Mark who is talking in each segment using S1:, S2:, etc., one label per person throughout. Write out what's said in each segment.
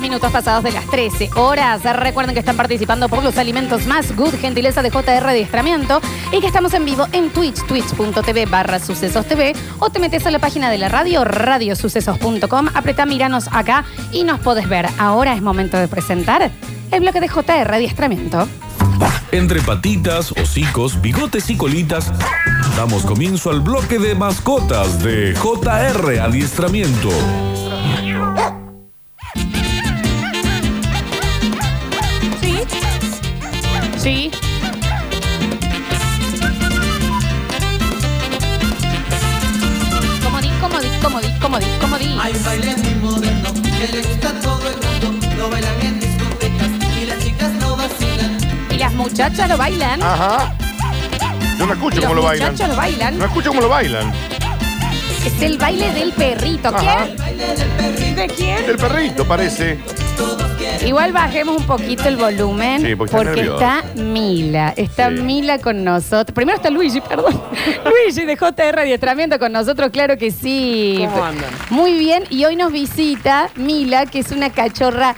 S1: minutos pasados de las 13 horas. Recuerden que están participando por los alimentos más good, gentileza de JR Adiestramiento, y que estamos en vivo en Twitch, twitch.tv barra sucesos TV, o te metes a la página de la radio, radiosucesos.com, apretá miranos acá y nos podés ver. Ahora es momento de presentar el bloque de JR Adiestramiento.
S2: Entre patitas, hocicos, bigotes y colitas, damos comienzo al bloque de mascotas de JR Adiestramiento.
S1: Sí. Sí. Comodín, comodín, comodín, comodín, comodín.
S3: Hay un baile muy moderno que le gusta a todo el mundo. Lo bailan en discotecas y las chicas lo vacilan.
S1: Y las muchachas lo bailan.
S4: Ah. Ajá. Yo no escucho
S1: y los
S4: cómo lo bailan.
S1: muchachos lo bailan.
S4: No escucho cómo lo bailan.
S1: Es el baile del perrito.
S4: Ajá.
S1: ¿Quién? ¿De quién?
S4: El perrito parece.
S1: Igual bajemos un poquito el volumen
S4: Sí, porque
S1: porque,
S4: está nerviosa.
S1: está Mila. Está
S4: Sí.
S1: Mila con nosotros. Primero está Luigi, perdón. Luigi de JR Adiestramiento con nosotros, claro que sí.
S5: ¿Cómo andan?
S1: Muy bien, y hoy nos visita Mila, que es una cachorra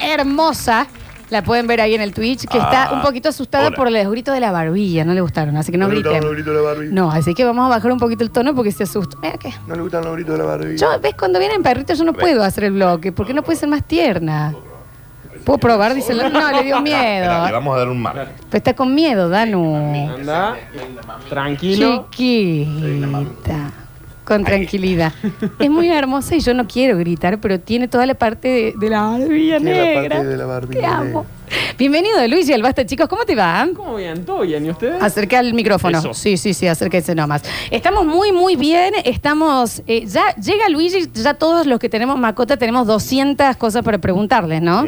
S1: hermosa. La pueden ver ahí en el Twitch, que está
S4: Ah,
S1: un poquito asustada
S4: hola.
S1: por los gritos de la barbilla. No le gustaron, así que no,
S4: No le
S1: griten.
S4: gustaron los gritos de la barbilla.
S1: No, así que vamos a bajar un poquito el tono porque se asusta. Mira que.
S4: No le gustan los gritos de la barbilla.
S1: Yo, ¿ves? Cuando vienen perritos yo no puedo hacer el bloque, porque no puede ser más tierna. ¿Puedo probar? Dice la- No, le dio
S4: Espera, le
S1: miedo.
S4: vamos a dar un mar.
S1: Pero está con miedo, Danu.
S5: Anda, tranquilo.
S1: Chiquita. Con tranquilidad. Es muy hermosa y yo no quiero gritar, pero tiene toda la parte de, de la barbilla
S4: Tiene la
S1: negra.
S4: parte de la barbilla
S1: Te amo.
S4: negra.
S1: Bienvenido, Luigi al Basta, chicos. ¿Cómo te va?
S5: ¿Cómo bien? ¿Todo bien? ¿Y ustedes?
S1: Acerca el micrófono.
S5: Eso.
S1: Sí, sí, sí, acérquese nomás. Estamos muy, muy bien. Estamos. eh, ya llega Luigi, ya todos los que tenemos mascota tenemos 200 cosas para preguntarles, ¿no?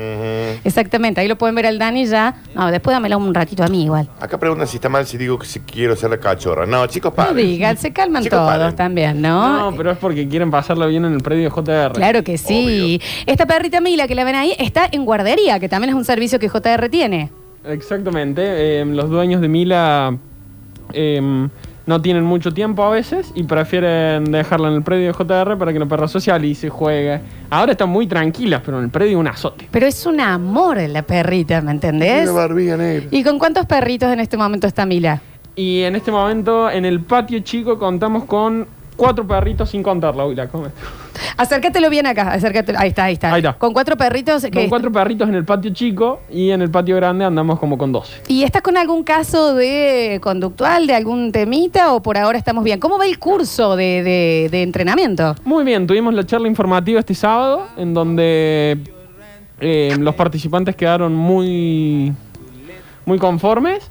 S1: Exactamente. Ahí lo pueden ver al Dani ya. No, después dámelo un ratito a mí igual.
S4: Acá preguntan si está mal si digo que si quiero ser la cachorra. No, chicos, paren.
S1: No digan, se calman
S4: Chicos,
S1: todos
S4: paren.
S1: también, ¿no? Eh,
S5: No, pero es porque quieren pasarla bien en el predio JR.
S1: Claro que sí. Esta perrita Mila que la ven ahí está en guardería, que también es un servicio que JR tiene.
S5: Exactamente. eh, los dueños de Mila eh, no tienen mucho tiempo a veces y prefieren dejarla en el predio JR para que la perra socialice, juegue. Ahora están muy tranquilas, pero en el predio un azote.
S1: Pero es un amor la perrita, ¿me
S4: Tiene
S1: entendés?
S4: la barbilla negra.
S1: ¿Y con cuántos perritos en este momento está Mila?
S5: Y en este momento, en el patio chico, contamos con cuatro perritos sin contarla. Uy, la come.
S1: Acércatelo bien acá, acércatelo. Ahí está, ahí está.
S5: Ahí está.
S1: Con cuatro perritos. que-
S5: Con cuatro perritos en el patio chico y en el patio grande andamos como con 12.
S1: ¿Y estás con algún caso de conductual, de algún temita o por ahora estamos bien? ¿Cómo va el curso de, de- de entrenamiento?
S5: Muy bien, tuvimos la charla informativa este sábado, en donde eh, los participantes quedaron muy, muy conformes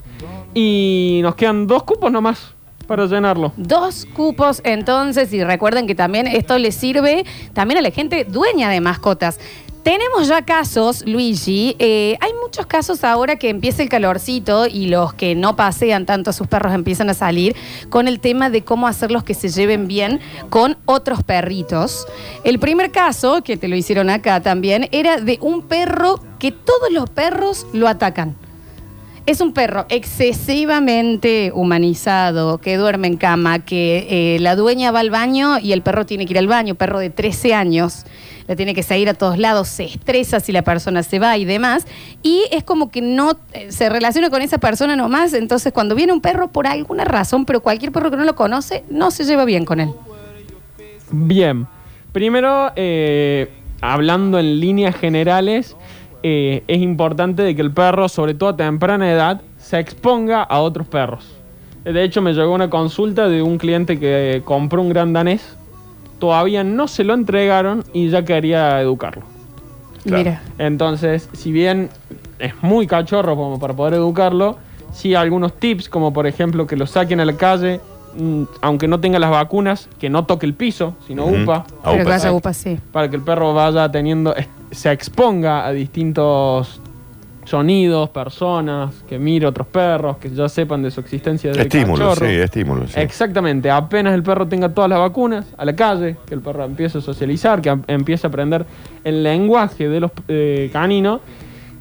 S5: y nos quedan dos cupos nomás para llenarlo.
S1: Dos cupos entonces y recuerden que también esto les sirve también a la gente dueña de mascotas. Tenemos ya casos, Luigi. eh, hay muchos casos ahora que empieza el calorcito y los que no pasean tanto a sus perros empiezan a salir con el tema de cómo hacerlos que se lleven bien con otros perritos. El primer caso, que te lo hicieron acá también, era de un perro que todos los perros lo atacan. Es un perro excesivamente humanizado, que duerme en cama, que eh, la dueña va al baño y el perro tiene que ir al baño, perro de 13 años, la tiene que seguir a todos lados, se estresa si la persona se va y demás, y es como que no eh, se relaciona con esa persona nomás, entonces cuando viene un perro por alguna razón, pero cualquier perro que no lo conoce, no se lleva bien con él.
S5: Bien, primero, eh, hablando en líneas generales, eh, es importante de que el perro, sobre todo a temprana edad, se exponga a otros perros. De hecho, me llegó una consulta de un cliente que compró un gran danés, todavía no se lo entregaron y ya quería educarlo.
S4: Claro.
S1: Mira.
S5: Entonces, si bien es muy cachorro como para poder educarlo, sí algunos tips, como por ejemplo que lo saquen a la calle, mm, aunque no tenga las vacunas, que no toque el piso, sino
S4: Ujú.
S5: upa,
S4: Ah,
S1: pero
S4: upa,
S1: que vaya
S4: sí.
S1: upa, sí.
S5: para que el perro vaya teniendo, es- se exponga a distintos sonidos, personas, que mire otros perros, que ya sepan de su existencia de
S4: Estímulo, sí,
S5: cachorro.
S4: estímulo. Sí.
S5: Exactamente, apenas el perro tenga todas las vacunas a la calle, que el perro empiece a socializar, que am- empiece a aprender el lenguaje de los eh, caninos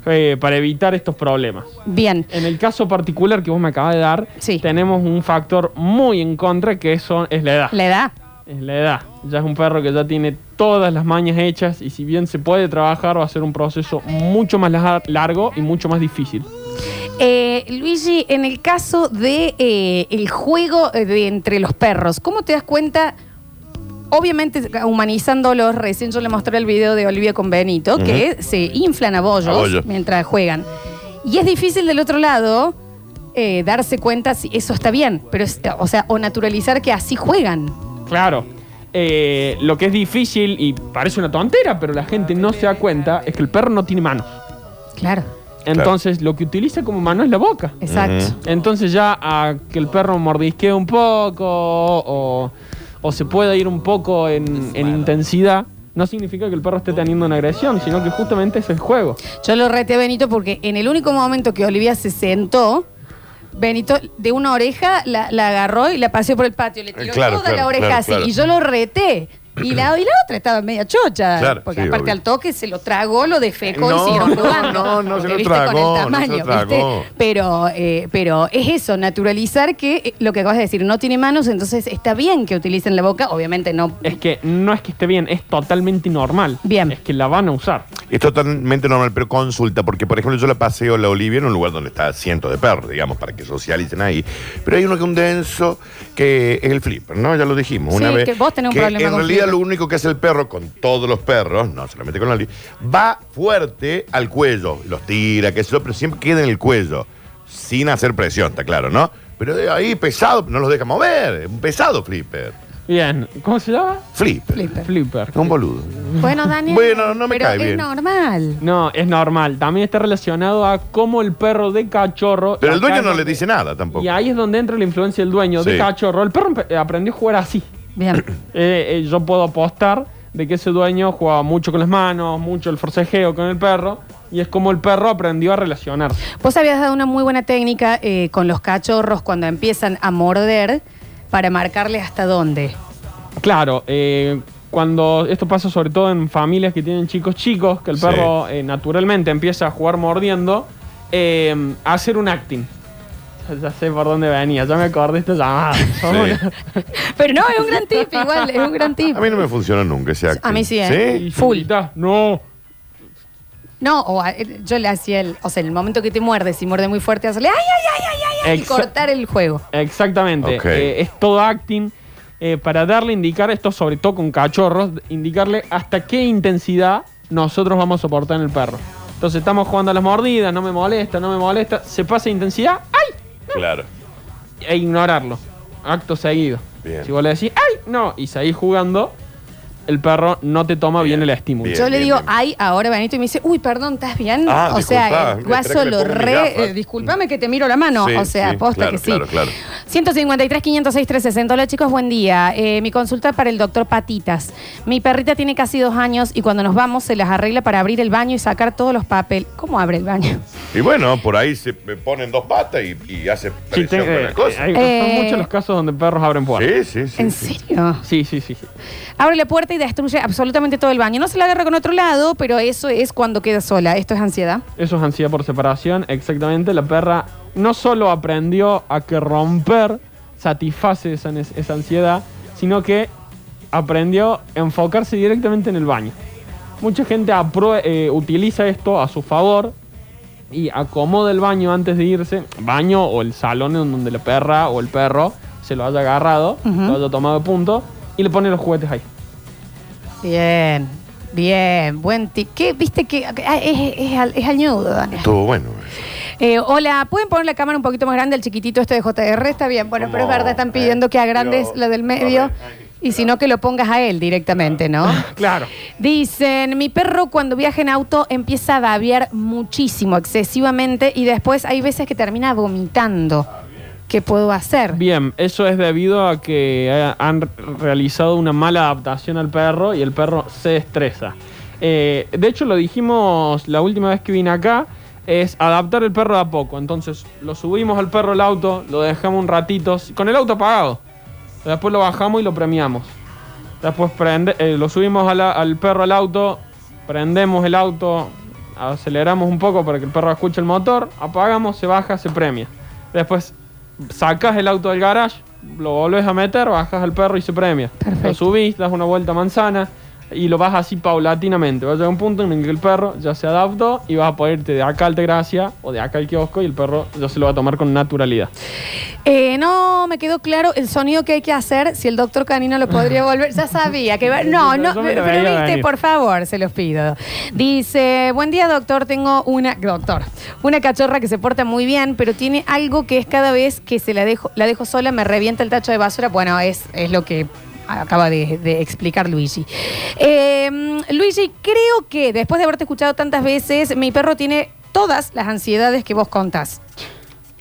S5: eh, para evitar estos problemas.
S1: Bien.
S5: En el caso particular que vos me acabas de dar,
S1: Sí.
S5: tenemos un factor muy en contra que eso es la edad.
S1: La edad.
S5: Es la edad. Ya es un perro que ya tiene todas las mañas hechas y si bien se puede trabajar va a ser un proceso mucho más la- largo y mucho más difícil.
S1: Eh, Luigi, en el caso de eh, el juego eh, de entre los perros, ¿cómo te das cuenta? Obviamente humanizándolos, recién yo le mostré el video de Olivia con Benito, que se inflan a bollos
S4: A bollos.
S1: mientras juegan. Y es difícil del otro lado eh, darse cuenta si eso está bien, pero es- o sea, o naturalizar que así juegan.
S5: Claro. Eh, lo que es difícil y parece una tontera, pero la gente no se da cuenta es que el perro no tiene manos.
S1: Claro,
S5: Entonces lo que utiliza como mano es la boca.
S1: exacto.
S5: Entonces ya a que el perro mordisquee un poco o, o se pueda ir un poco en, en intensidad, no significa que el perro esté teniendo una agresión, sino que justamente es el juego.
S1: Yo lo reté a Benito porque en el único momento que Olivia se sentó, Benito de una oreja la, la agarró y la paseó por el patio. Le tiró
S4: Eh, claro,
S1: toda
S4: claro,
S1: la oreja
S4: claro,
S1: así.
S4: claro.
S1: Y yo lo reté. Y la, y la otra estaba media chocha.
S4: Claro,
S1: porque
S4: sí,
S1: aparte
S4: obvio.
S1: al toque se lo tragó, lo defecó y
S4: No,
S1: siguieron
S4: no,
S1: jugando.
S4: no, no
S1: Porque,
S4: se lo
S1: viste, con el
S4: tragó, no se
S1: tamaño,
S4: lo tragó.
S1: ¿viste? Pero, eh, pero es eso, naturalizar que eh, lo que acabas de decir, no tiene manos, entonces está bien que utilicen la boca. Obviamente no.
S5: Es que no es que esté bien, es totalmente normal.
S1: Bien.
S5: Es que la van a usar.
S4: Es totalmente normal, pero consulta, porque por ejemplo yo la paseo a la Olivia en un lugar donde está cientos de perros, digamos, para que socialicen ahí. Pero hay uno que es un denso, que es el flipper, ¿no? Ya lo dijimos una
S1: Sí,
S4: vez.
S1: que vos tenés un problema
S4: En
S1: con
S4: realidad
S1: flipper.
S4: lo único que hace el perro con todos los perros, no solamente con la Olivia, va fuerte al cuello, los tira, que eso, pero siempre queda en el cuello, sin hacer presión, está claro, ¿no? Pero de ahí pesado, no los deja mover, es un pesado flipper.
S5: Bien, ¿cómo se llama?
S4: Flipper.
S1: Flipper.
S5: Flipper.
S4: Es un boludo.
S1: Bueno, Daniel.
S4: Bueno, no me
S1: pero
S4: cae
S1: es
S4: bien.
S1: normal.
S5: No, es normal. También está relacionado a cómo el perro de cachorro.
S4: Pero el
S5: acá
S4: dueño
S5: es
S4: no le
S5: donde-
S4: dice nada tampoco.
S5: Y ahí es donde entra la influencia del dueño de
S4: Sí.
S5: cachorro. El perro empe- eh, aprendió a jugar así.
S1: Bien.
S5: Eh, eh, yo puedo apostar de que ese dueño jugaba mucho con las manos, mucho el forcejeo con el perro, y es como el perro aprendió a relacionarse.
S1: Vos habías dado una muy buena técnica eh, con los cachorros cuando empiezan a morder para marcarles hasta dónde.
S5: Claro, eh, cuando esto pasa sobre todo en familias que tienen chicos chicos, que el
S4: Sí.
S5: perro eh, naturalmente empieza a jugar mordiendo, eh, a hacer un acting. Ya, ya sé por dónde venía, ya me acordé de esta llamada.
S4: Sí.
S1: Pero no, es un gran tip, igual, es un gran tip.
S4: A mí no me funciona nunca ese acto.
S1: A mí sí, ¿eh?
S5: Y
S4: ¿Sí?
S1: Full.
S5: grita, No.
S1: No, o a- yo le hacía el, o sea, en el momento que te muerde, si muerde muy fuerte, hacerle ay, ay, ay, ay, ay, ay, y
S5: Exa-
S1: cortar el juego.
S5: Exactamente.
S4: Ok.
S5: Eh, es todo acting. eh, para darle, indicar esto, sobre todo con cachorros, indicarle hasta qué intensidad nosotros vamos a soportar en el perro. Entonces estamos jugando a las mordidas, no me molesta, no me molesta. Se pasa de intensidad, ¡ay!
S4: Claro.
S5: E ignorarlo. Acto seguido.
S4: Bien.
S5: Si vos le decís, ¡ay! No, y seguís jugando, el perro no te toma bien, el estímulo.
S4: Bien,
S1: yo le
S4: bien,
S1: digo
S4: bien.
S1: ay ahora, Benito, y me dice, uy, perdón, ¿estás bien?
S4: Ah,
S1: o sea, el
S4: disculpa, espera
S1: guaso
S4: que me
S1: lo
S4: pongo mis
S1: re.
S4: gafas.
S1: eh, disculpame que te miro la mano.
S4: Sí,
S1: Ah, o sea,
S4: sí,
S1: posta
S4: claro,
S1: que sí.
S4: claro, claro.
S1: 153, 506, 360. Hola chicos, buen día. Eh, mi consulta para el doctor Patitas. Mi perrita tiene casi dos años y cuando nos vamos se las arregla para abrir el baño y sacar todos los papeles. ¿Cómo abre el baño?
S4: Y bueno, por ahí se me ponen dos patas y, y hace
S5: Sí,
S4: presión
S5: te-
S4: con
S5: eh,
S4: la cosa.
S5: hay-
S1: Eh.
S5: Son muchos los casos donde perros abren puertas.
S4: sí, sí, sí.
S1: ¿En
S4: sí.
S1: serio?
S5: Sí, sí, sí. sí.
S1: Abre la puerta y destruye absolutamente todo el baño. No se la agarra con otro lado, pero eso es cuando queda sola. Esto es ansiedad.
S5: Eso es ansiedad por separación, exactamente. La perra no solo aprendió a que romper satisface esa, nes- esa ansiedad, sino que aprendió a enfocarse directamente en el baño. Mucha gente aprue- eh, utiliza esto a su favor y acomoda el baño antes de irse, baño o el salón en donde la perra o el perro se lo haya agarrado, lo haya tomado de punto, y le pone los juguetes ahí.
S1: Bien, bien, buen tip. ¿Qué? ¿Viste que ah, es, es, al- es al ñudo, Daniel?
S4: Estuvo bueno.
S1: Eh, hola, ¿pueden poner la cámara un poquito más grande? El chiquitito este de JR está bien. Bueno, pero es verdad, están pidiendo que agrandes la del medio y si no que lo pongas a él directamente, ¿no?
S5: Claro.
S1: Dicen, mi perro cuando viaja en auto empieza a babear muchísimo, excesivamente, y después hay veces que termina vomitando. ¿Qué puedo hacer?
S5: Bien, eso es debido a que eh, han re- realizado una mala adaptación al perro y el perro se estresa. Eh, de hecho, lo dijimos la última vez que vine acá, es adaptar el perro de a poco. Entonces, lo subimos al perro al auto, lo dejamos un ratito, s- con el auto apagado. Después lo bajamos y lo premiamos. Después prende- eh, lo subimos a la- al perro al auto, prendemos el auto, aceleramos un poco para que el perro escuche el motor, apagamos, se baja, se premia. Después sacas el auto del garage, lo volvés a meter, bajas al perro y se premia.
S1: Perfecto.
S5: Lo subís, das una vuelta a manzana y lo vas así paulatinamente. Va a llegar un punto en el que el perro ya se adaptó y vas a poder irte de acá al Gracia o de acá al kiosco y el perro ya se lo va a tomar con naturalidad.
S1: Eh, no, me quedó claro el sonido que hay que hacer si el doctor Canino lo podría volver. Ya sabía que... va- No, no,
S5: Yo me
S1: pero
S5: lo veía
S1: viste,
S5: venir.
S1: por favor, se los pido. Dice, buen día doctor, tengo una... Doctor, una cachorra que se porta muy bien, pero tiene algo que es cada vez que se la dejo, la dejo sola, me revienta el tacho de basura. Bueno, es, es lo que acaba de, de explicar Luigi. Eh, Luigi, creo que después de haberte escuchado tantas veces, mi perro tiene todas las ansiedades que vos contás.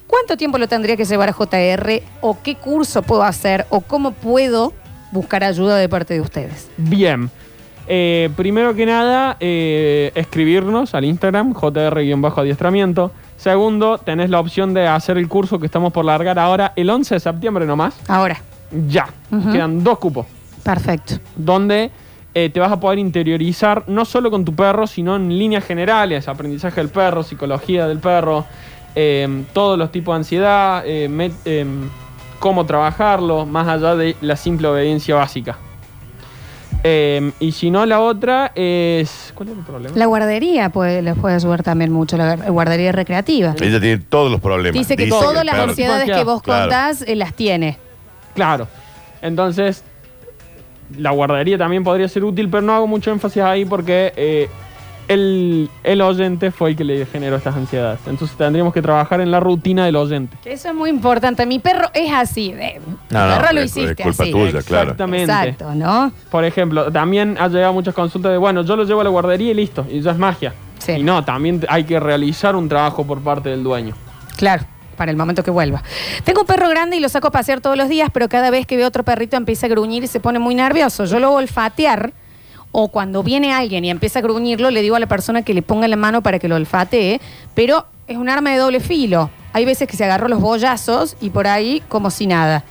S1: ¿Cuánto tiempo lo tendría que llevar a JR? ¿O qué curso puedo hacer? ¿O cómo puedo buscar ayuda de parte de ustedes?
S5: Bien. Eh, primero que nada, eh, escribirnos al Instagram, jr-adiestramiento. Segundo, tenés la opción de hacer el curso que estamos por largar ahora, el 11 de septiembre nomás.
S1: Ahora.
S5: Ya.
S1: Ujú.
S5: Quedan dos cupos.
S1: Perfecto.
S5: donde eh, te vas a poder interiorizar no solo con tu perro, sino en líneas generales, aprendizaje del perro, psicología del perro, eh, todos los tipos de ansiedad, eh, met- eh, cómo trabajarlo, más allá de la simple obediencia básica. Eh, y si no, la otra es... ¿Cuál es el problema?
S1: La guardería puede, les puede ayudar también mucho, la guardería recreativa.
S4: Ella tiene todos los problemas.
S1: Dice que
S4: el
S1: todas las
S4: perro-
S1: ansiedades que vos
S4: Claro.
S1: contás eh, las tiene.
S5: Claro. Entonces, la guardería también podría ser útil, pero no hago mucho énfasis ahí porque eh, el, el oyente fue el que le generó estas ansiedades. Entonces tendríamos que trabajar en la rutina del oyente.
S1: Que eso es muy importante. Mi perro es así. eh. Mi
S4: No, no,
S1: perro lo
S4: es-
S1: hiciste
S4: es culpa
S1: así.
S4: tuya. Pues, claro.
S5: Exactamente.
S1: Exacto, ¿no?
S5: Por ejemplo, también ha llegado muchas consultas de, bueno, yo lo llevo a la guardería y listo, y ya es magia.
S1: Sí.
S5: Y no, también hay que realizar un trabajo por parte del dueño.
S1: Claro, para el momento que vuelva. Tengo un perro grande y lo saco a pasear todos los días, pero cada vez que veo otro perrito empieza a gruñir y se pone muy nervioso. Yo lo voy a olfatear o cuando viene alguien y empieza a gruñirlo, le digo a la persona que le ponga la mano para que lo olfatee, pero es un arma de doble filo. Hay veces que se agarró los bollazos y por ahí como si nada.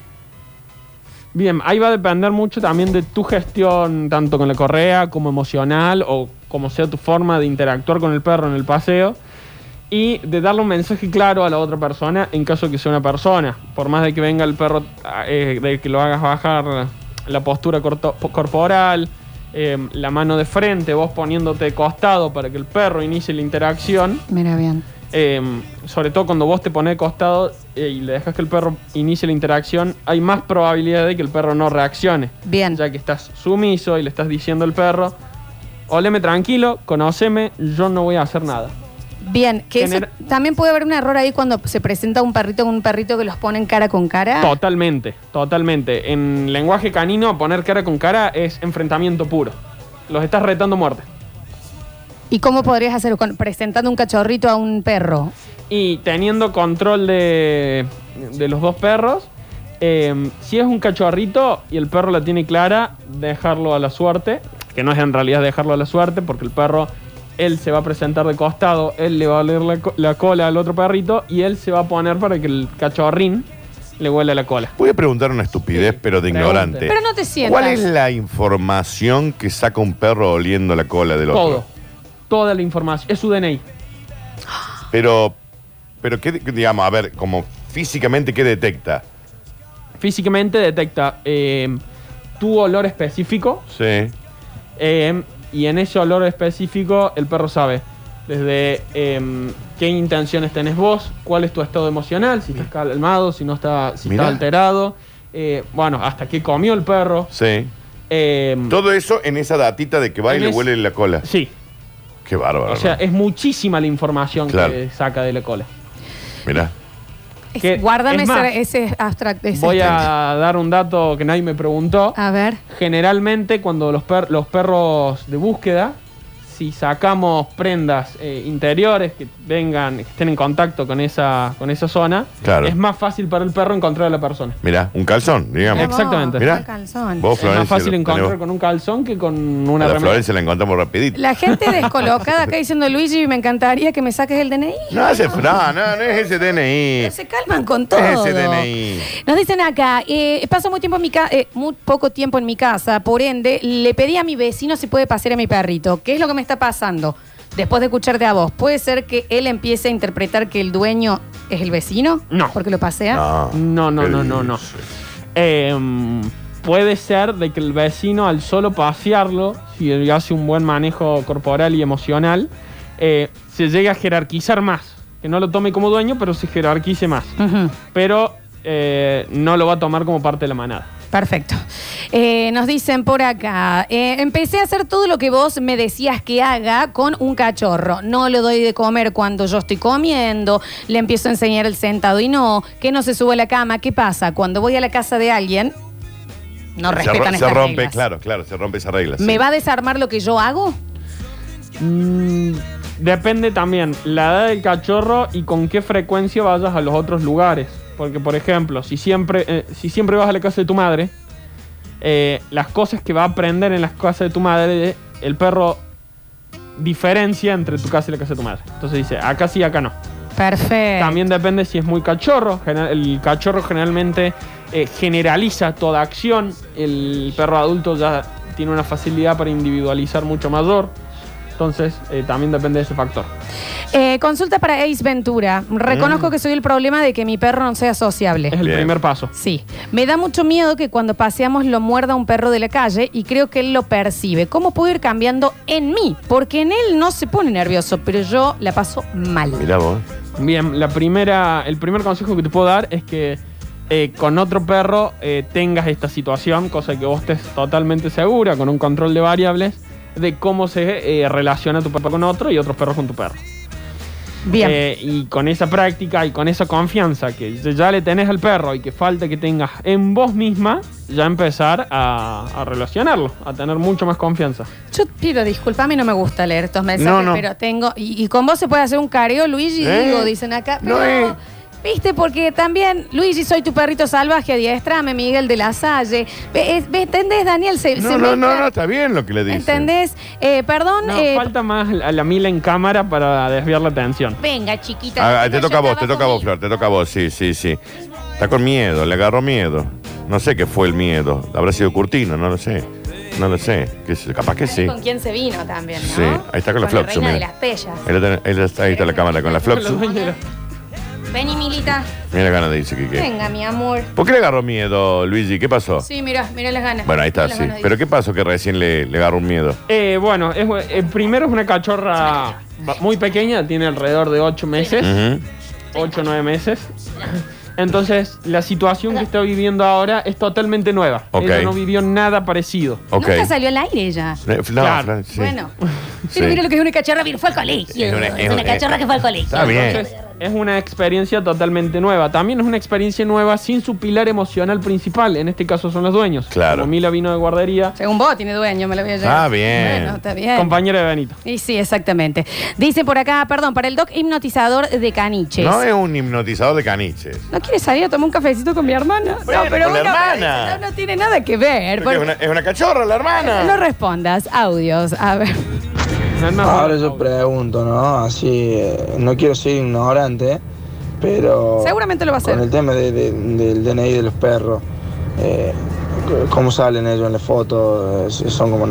S5: Bien, ahí va a depender mucho también de tu gestión, tanto con la correa como emocional o como sea tu forma de interactuar con el perro en el paseo y de darle un mensaje claro a la otra persona en caso de que sea una persona. Por más de que venga el perro, eh, de que lo hagas bajar la postura corto- corporal, eh, la mano de frente, vos poniéndote de costado para que el perro inicie la interacción.
S1: Mira bien.
S5: Eh, sobre todo cuando vos te pones de costado eh, y le dejas que el perro inicie la interacción, hay más probabilidad de que el perro no reaccione.
S1: Bien.
S5: Ya que estás sumiso y le estás diciendo al perro, oleme tranquilo, conoceme, yo no voy a hacer nada.
S1: Bien, que eso-
S5: Gener-
S1: también puede haber un error ahí cuando se presenta un perrito con un perrito que los ponen cara con cara.
S5: Totalmente, totalmente. En lenguaje canino, poner cara con cara es enfrentamiento puro. Los estás retando a muerte.
S1: ¿Y cómo podrías hacerlo? Con- presentando un cachorrito a un perro.
S5: Y teniendo control de, de los dos perros, eh, si es un cachorrito y el perro la tiene clara, dejarlo a la suerte, que no es en realidad dejarlo a la suerte, porque el perro, él se va a presentar de costado, él le va a oler la, co- la cola al otro perrito y él se va a poner para que el cachorrín le huela la cola.
S4: Voy a preguntar una estupidez,
S5: Sí,
S4: pero de
S5: pregunte.
S4: ignorante.
S1: Pero no te sientas.
S4: ¿Cuál es la información que saca un perro oliendo la cola del otro?
S5: Todo, toda la información, es su DNI.
S4: Pero, pero ¿qué, qué, digamos, a ver, como físicamente, ¿qué detecta?
S5: Físicamente detecta eh, tu olor específico,
S4: Sí.
S5: Eh, y en ese olor específico el perro sabe desde eh, qué intenciones tenés vos, cuál es tu estado emocional, si estás calmado, si no está, si
S4: Mirá.
S5: estás alterado, eh, bueno, hasta qué comió el perro.
S4: Sí.
S5: eh,
S4: Todo eso en esa datita de que va y
S5: En
S4: le
S5: es-
S4: huele la cola.
S5: sí,
S4: Qué bárbaro.
S5: o sea, es muchísima la información
S4: Claro.
S5: que saca de la cola.
S4: Mirá.
S1: Es-
S5: Que-
S1: guárdame
S5: es más,
S1: ese, ese abstract. ese-
S5: Voy a dar un dato que nadie me preguntó.
S1: A ver.
S5: Generalmente cuando los, per- los perros de búsqueda, si sacamos prendas eh, interiores que vengan, que estén en contacto con esa, con esa zona,
S4: Claro.
S5: es más fácil para el perro encontrar a la persona.
S4: Mirá, un calzón, digamos.
S5: Exacto. Exactamente.
S1: Mirá.
S4: Mirá.
S1: qué calzón.
S4: Vos,
S5: es más
S4: Florencia,
S5: fácil
S4: lo
S5: encontrar
S4: tenemos.
S5: con un calzón que con una
S4: A la
S5: remera.
S4: Florencia la encontramos rapidito.
S1: La gente descolocada acá diciendo, Luigi, me encantaría que me saques el DNI.
S4: No, hace, no, no, no es ese DNI.
S1: Pero
S4: Es
S1: se calman con todo.
S4: ese DNI.
S1: Nos dicen acá, eh, paso muy, tiempo en mi ca- eh, muy poco tiempo en mi casa, por ende, le pedí a mi vecino si puede pasear a mi perrito. ¿Qué es lo que me está pasando? Después de escucharte a vos, ¿puede ser que él empiece a interpretar que el dueño es el vecino?
S5: No.
S1: Porque lo pasea.
S4: No,
S5: No, no,
S4: ¿qué
S5: no, no, no.
S4: dice?
S5: Em, puede ser de que el vecino al solo pasearlo, si él hace un buen manejo corporal y emocional, eh, se llegue a jerarquizar más. Que no lo tome como dueño, pero se jerarquice más.
S1: Ujú.
S5: Pero eh, no lo va a tomar como parte de la manada.
S1: Perfecto. Eh, nos dicen por acá, eh, empecé a hacer todo lo que vos me decías que haga con un cachorro. No le doy de comer cuando yo estoy comiendo, le empiezo a enseñar el sentado y no, que no se sube a la cama. ¿Qué pasa? Cuando voy a la casa de alguien, no
S4: se,
S1: respetan
S4: ro- se
S1: estas
S4: rompe,
S1: reglas.
S4: claro, claro, se rompe esa regla. sí.
S1: ¿Me va a desarmar lo que yo hago?
S5: Mm, depende también la edad del cachorro y con qué frecuencia vayas a los otros lugares. Porque, por ejemplo, si siempre, eh, si siempre vas a la casa de tu madre, eh, las cosas que va a aprender en la casa de tu madre, el perro diferencia entre tu casa y la casa de tu madre. Entonces dice, acá sí, acá no.
S1: Perfecto.
S5: También depende si es muy cachorro. Gena- El cachorro generalmente eh, generaliza toda acción. El perro adulto ya tiene una facilidad para individualizar mucho mayor. Entonces, eh, también depende de ese factor.
S1: Eh, consulta para Ace Ventura.
S4: Mm.
S1: Reconozco que soy el problema de que mi perro no sea sociable.
S5: Es el
S4: Bien.
S5: primer paso.
S1: Sí, me da mucho miedo que cuando paseamos lo muerda un perro de la calle y creo que él lo percibe. ¿Cómo puedo ir cambiando en mí? Porque en él no se pone nervioso, pero yo la paso mal.
S4: Mirá vos.
S5: Bien, la primera, el primer consejo que te puedo dar es que eh, con otro perro eh, tengas esta situación, cosa que vos estés totalmente segura, con un control de variables, de cómo se eh, relaciona tu perro con otro y otros perros con tu perro.
S1: Bien,
S5: Eh, y con esa práctica y con esa confianza que ya le tenés al perro y que falta que tengas en vos misma, ya empezar a, a relacionarlo, a tener mucho más confianza.
S1: yo pido disculpame, no me gusta leer estos mensajes,
S4: No, no.
S1: pero tengo. Y, y con vos se puede hacer un careo, Luigi,
S4: Eh,
S1: digo, dicen acá. Pero,
S4: no es.
S1: Viste, porque también, Luigi, soy tu perrito salvaje, adiestrame, Miguel de la Salle. Ve- es- ve- ¿Entendés, Daniel? Se-
S4: No,
S1: se
S4: no, no,
S1: mezcla.
S4: no, está bien lo que le dice.
S1: ¿Entendés? Eh, perdón.
S5: No,
S1: eh,
S5: falta más a la mila en cámara para desviar la atención.
S1: Venga, chiquita.
S4: Ah, te
S1: venga,
S4: toca a
S1: yo
S4: vos, te
S1: trabajo
S4: toca a vos,
S1: bien.
S4: Flor, te toca a vos, sí, sí, sí. Está con miedo, le agarró miedo. No sé qué fue el miedo. Habrá sido Curtino, no lo sé. No lo sé. Qué sé yo, Capaz que sí.
S1: con quién se vino también, ¿no?
S4: Sí, ahí está con la Floxu,
S1: reina de
S4: mira.
S1: las pellas.
S4: Ahí, la ten- ahí la- ahí está la cámara con la Floxu. Eh.
S1: Vení, Milita.
S4: Mira la gana de dice Quique.
S1: Venga, mi amor.
S4: ¿Por qué le agarró miedo, Luigi? ¿Qué pasó?
S1: Sí, mira, mira las ganas.
S4: Bueno, ahí está,
S1: Las
S4: sí.
S1: ganas de-
S4: Pero ¿qué pasó que recién le, le agarró un miedo?
S5: Eh, bueno, es, eh, primero es una cachorra ba- muy pequeña, tiene alrededor de 8 meses,
S4: Ujú.
S5: 8 o 9 meses. Entonces, la situación que está viviendo ahora es totalmente nueva.
S4: Ok.
S5: Ella no vivió nada parecido.
S4: Ok.
S1: Nunca salió al aire ella.
S4: Eh, No,
S5: Claro.
S4: Fran, sí.
S1: Bueno.
S4: Sí.
S1: Pero mira lo que es una cachorra, mira, fue al colegio.
S4: Es una- es
S1: Es una
S4: una-
S1: cachorra que fue al colegio.
S4: Está bien.
S5: Entonces, es una experiencia totalmente nueva. También es una experiencia nueva sin su pilar emocional principal. En este caso son los dueños.
S4: Claro.
S5: Como Mila vino de guardería,
S1: Según vos, tiene dueño, me lo voy a llevar.
S4: Está Ah, bien.
S1: Bueno, está bien.
S5: compañera de Benito.
S1: y sí, exactamente. Dice por acá, perdón, para el doc hipnotizador de caniches.
S4: No eh. es un hipnotizador de caniches.
S1: ¿No quieres salir a tomar un cafecito con mi hermana?
S4: Bueno,
S1: no, pero
S4: con la
S1: bueno,
S4: hermana.
S1: pero eso no, tiene nada que ver.
S4: Porque Es
S1: porque-
S4: una, es una cachorra, la hermana.
S1: No respondas, audios. A ver.
S5: No es más
S6: Ahora
S5: bueno.
S6: yo pregunto, ¿no? Así, eh, no quiero ser ignorante, pero...
S1: Seguramente lo va a hacer.
S6: Con el tema de- de- del DNI de los perros, eh, c- ¿cómo salen ellos en la foto? Eh, ¿Son como nosotros?